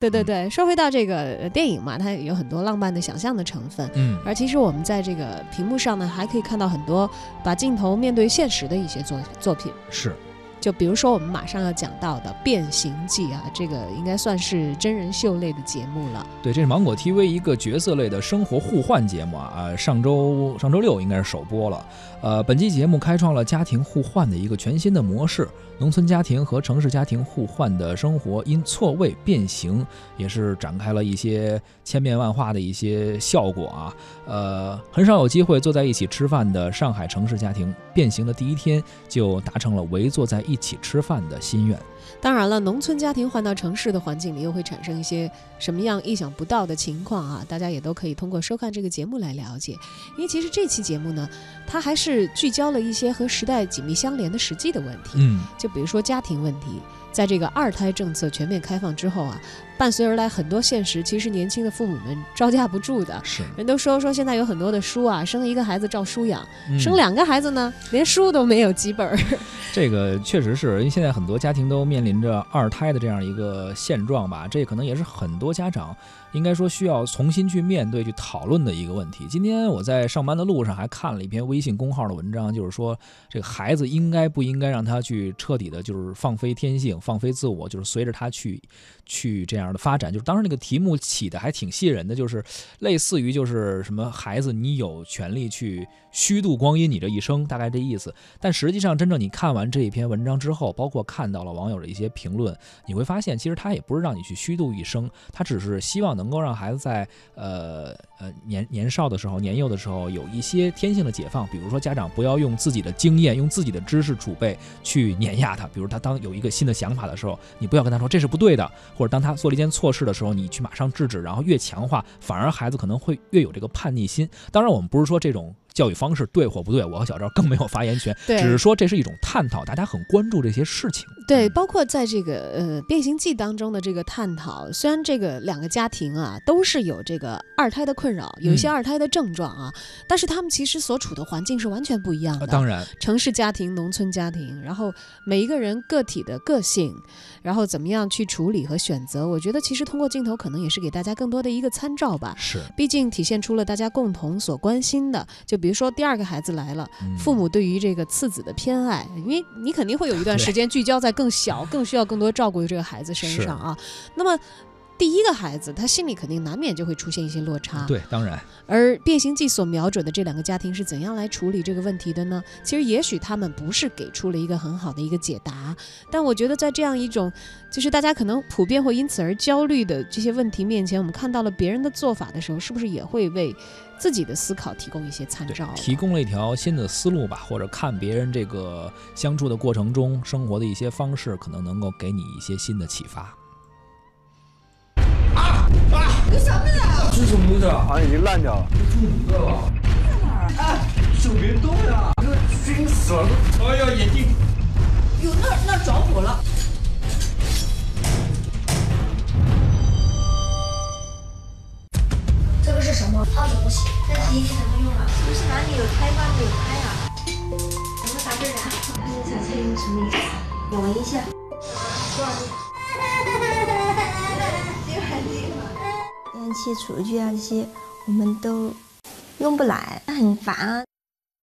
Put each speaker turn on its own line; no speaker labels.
对对对，说回到这个呃电影嘛，它有很多浪漫的想象的成分。
嗯，
而其实我们在这个屏幕上呢，还可以看到很多把镜头面对现实的一些作作品，
是，
就比如说我们马上要讲到的《变形记》啊，这个应该算是真人秀类的节目了。
对，这是芒果 TV 一个角色类的生活互换节目啊，呃，上周上周六应该是首播了。呃，本期节目开创了家庭互换的一个全新的模式，农村家庭和城市家庭互换的生活因错位变形，也是展开了一些千变万化的一些效果啊。呃，很少有机会坐在一起吃饭的上海城市家庭，变形的第一天就达成了围坐在一起吃饭的心愿。
当然了，农村家庭换到城市的环境里，又会产生一些什么样意想不到的情况啊？大家也都可以通过收看这个节目来了解。因为其实这期节目呢，它还是聚焦了一些和时代紧密相连的实际的问题。
嗯，
就比如说家庭问题，在这个二胎政策全面开放之后啊，伴随而来很多现实，其实年轻的父母们招架不住的。
嗯是，
人都说说现在有很多的书啊，生一个孩子照书养，
嗯
生两个孩子呢，连书都没有几本儿。
这个确实是因为现在很多家庭都面临着二胎的这样一个现状吧，这可能也是很多家长应该说需要重新去面对、去讨论的一个问题。今天我在上班的路上还看了一篇微信公号的文章，就是说这个孩子应该不应该让他去彻底的，就是放飞天性、放飞自我，就是随着他去去这样的发展。就是当时那个题目起的还挺吸引人的，就是类似于就是什么孩子，你有权利去虚度光阴你这一生，大概这意思。但实际上，真正你看完这一篇文章之后，包括看到了网友的一些评论，你会发现，其实他也不是让你去虚度一生，他只是希望能够让孩子在呃呃年年少的时候、年幼的时候有一些天性的解放。比如说，家长不要用自己的经验、用自己的知识储备去碾压他。比如他当有一个新的想法的时候，你不要跟他说这是不对的，或者当他做了一件错事的时候，你去马上制止，然后越强化，反而孩子可能会越有这个叛逆心。当然，我们不是说这种。教育方式对或不对，我和小赵更没有发言权，
对
只是说这是一种探讨，大家很关注这些事情。嗯
对，包括在这个呃《变形记》当中的这个探讨，虽然这个两个家庭啊都是有这个二胎的困扰，有一些
嗯
二胎的症状啊，但是他们其实所处的环境是完全不一样
啊
的。
当然，
城市家庭、农村家庭，然后每一个人个体的个性，然后怎么样去处理和选择，我觉得其实通过镜头可能也是给大家更多的一个参照吧。
是、
毕竟体现出了大家共同所关心的，就比如说第二个孩子来了，
嗯
父母对于这个次子的偏爱，因为你肯定会有一段时间聚焦在更小、更需要更多照顾的这个孩子身
是
上啊。那么。第一个孩子，他心里肯定难免就会出现一些落差。，
对，当然
而《变形记》所瞄准的这两个家庭是怎样来处理这个问题的呢？其实，也许他们不是给出了一个很好的一个解答，但我觉得在这样一种就是大家可能普遍会因此而焦虑的这些问题面前，我们看到了别人的做法的时候，是不是也会为自己的思考提供一些参
对
照？，
提供了一条新的思路吧，或者看别人这个相处的过程中生活的一些方式，可能能够给你一些新的启发。
这是木头，
好像已经烂掉了。
手别动呀！这熏死了！哎呀，眼睛
哟，那那着火了。
这个是什么？
啊
它有东西。
那洗衣机什么用啊？是不是哪里有开关没有开啊？怎么打字啊？
看一下这个什么意思？咬一下。
电器、厨具
这些我们都用不来，很烦啊。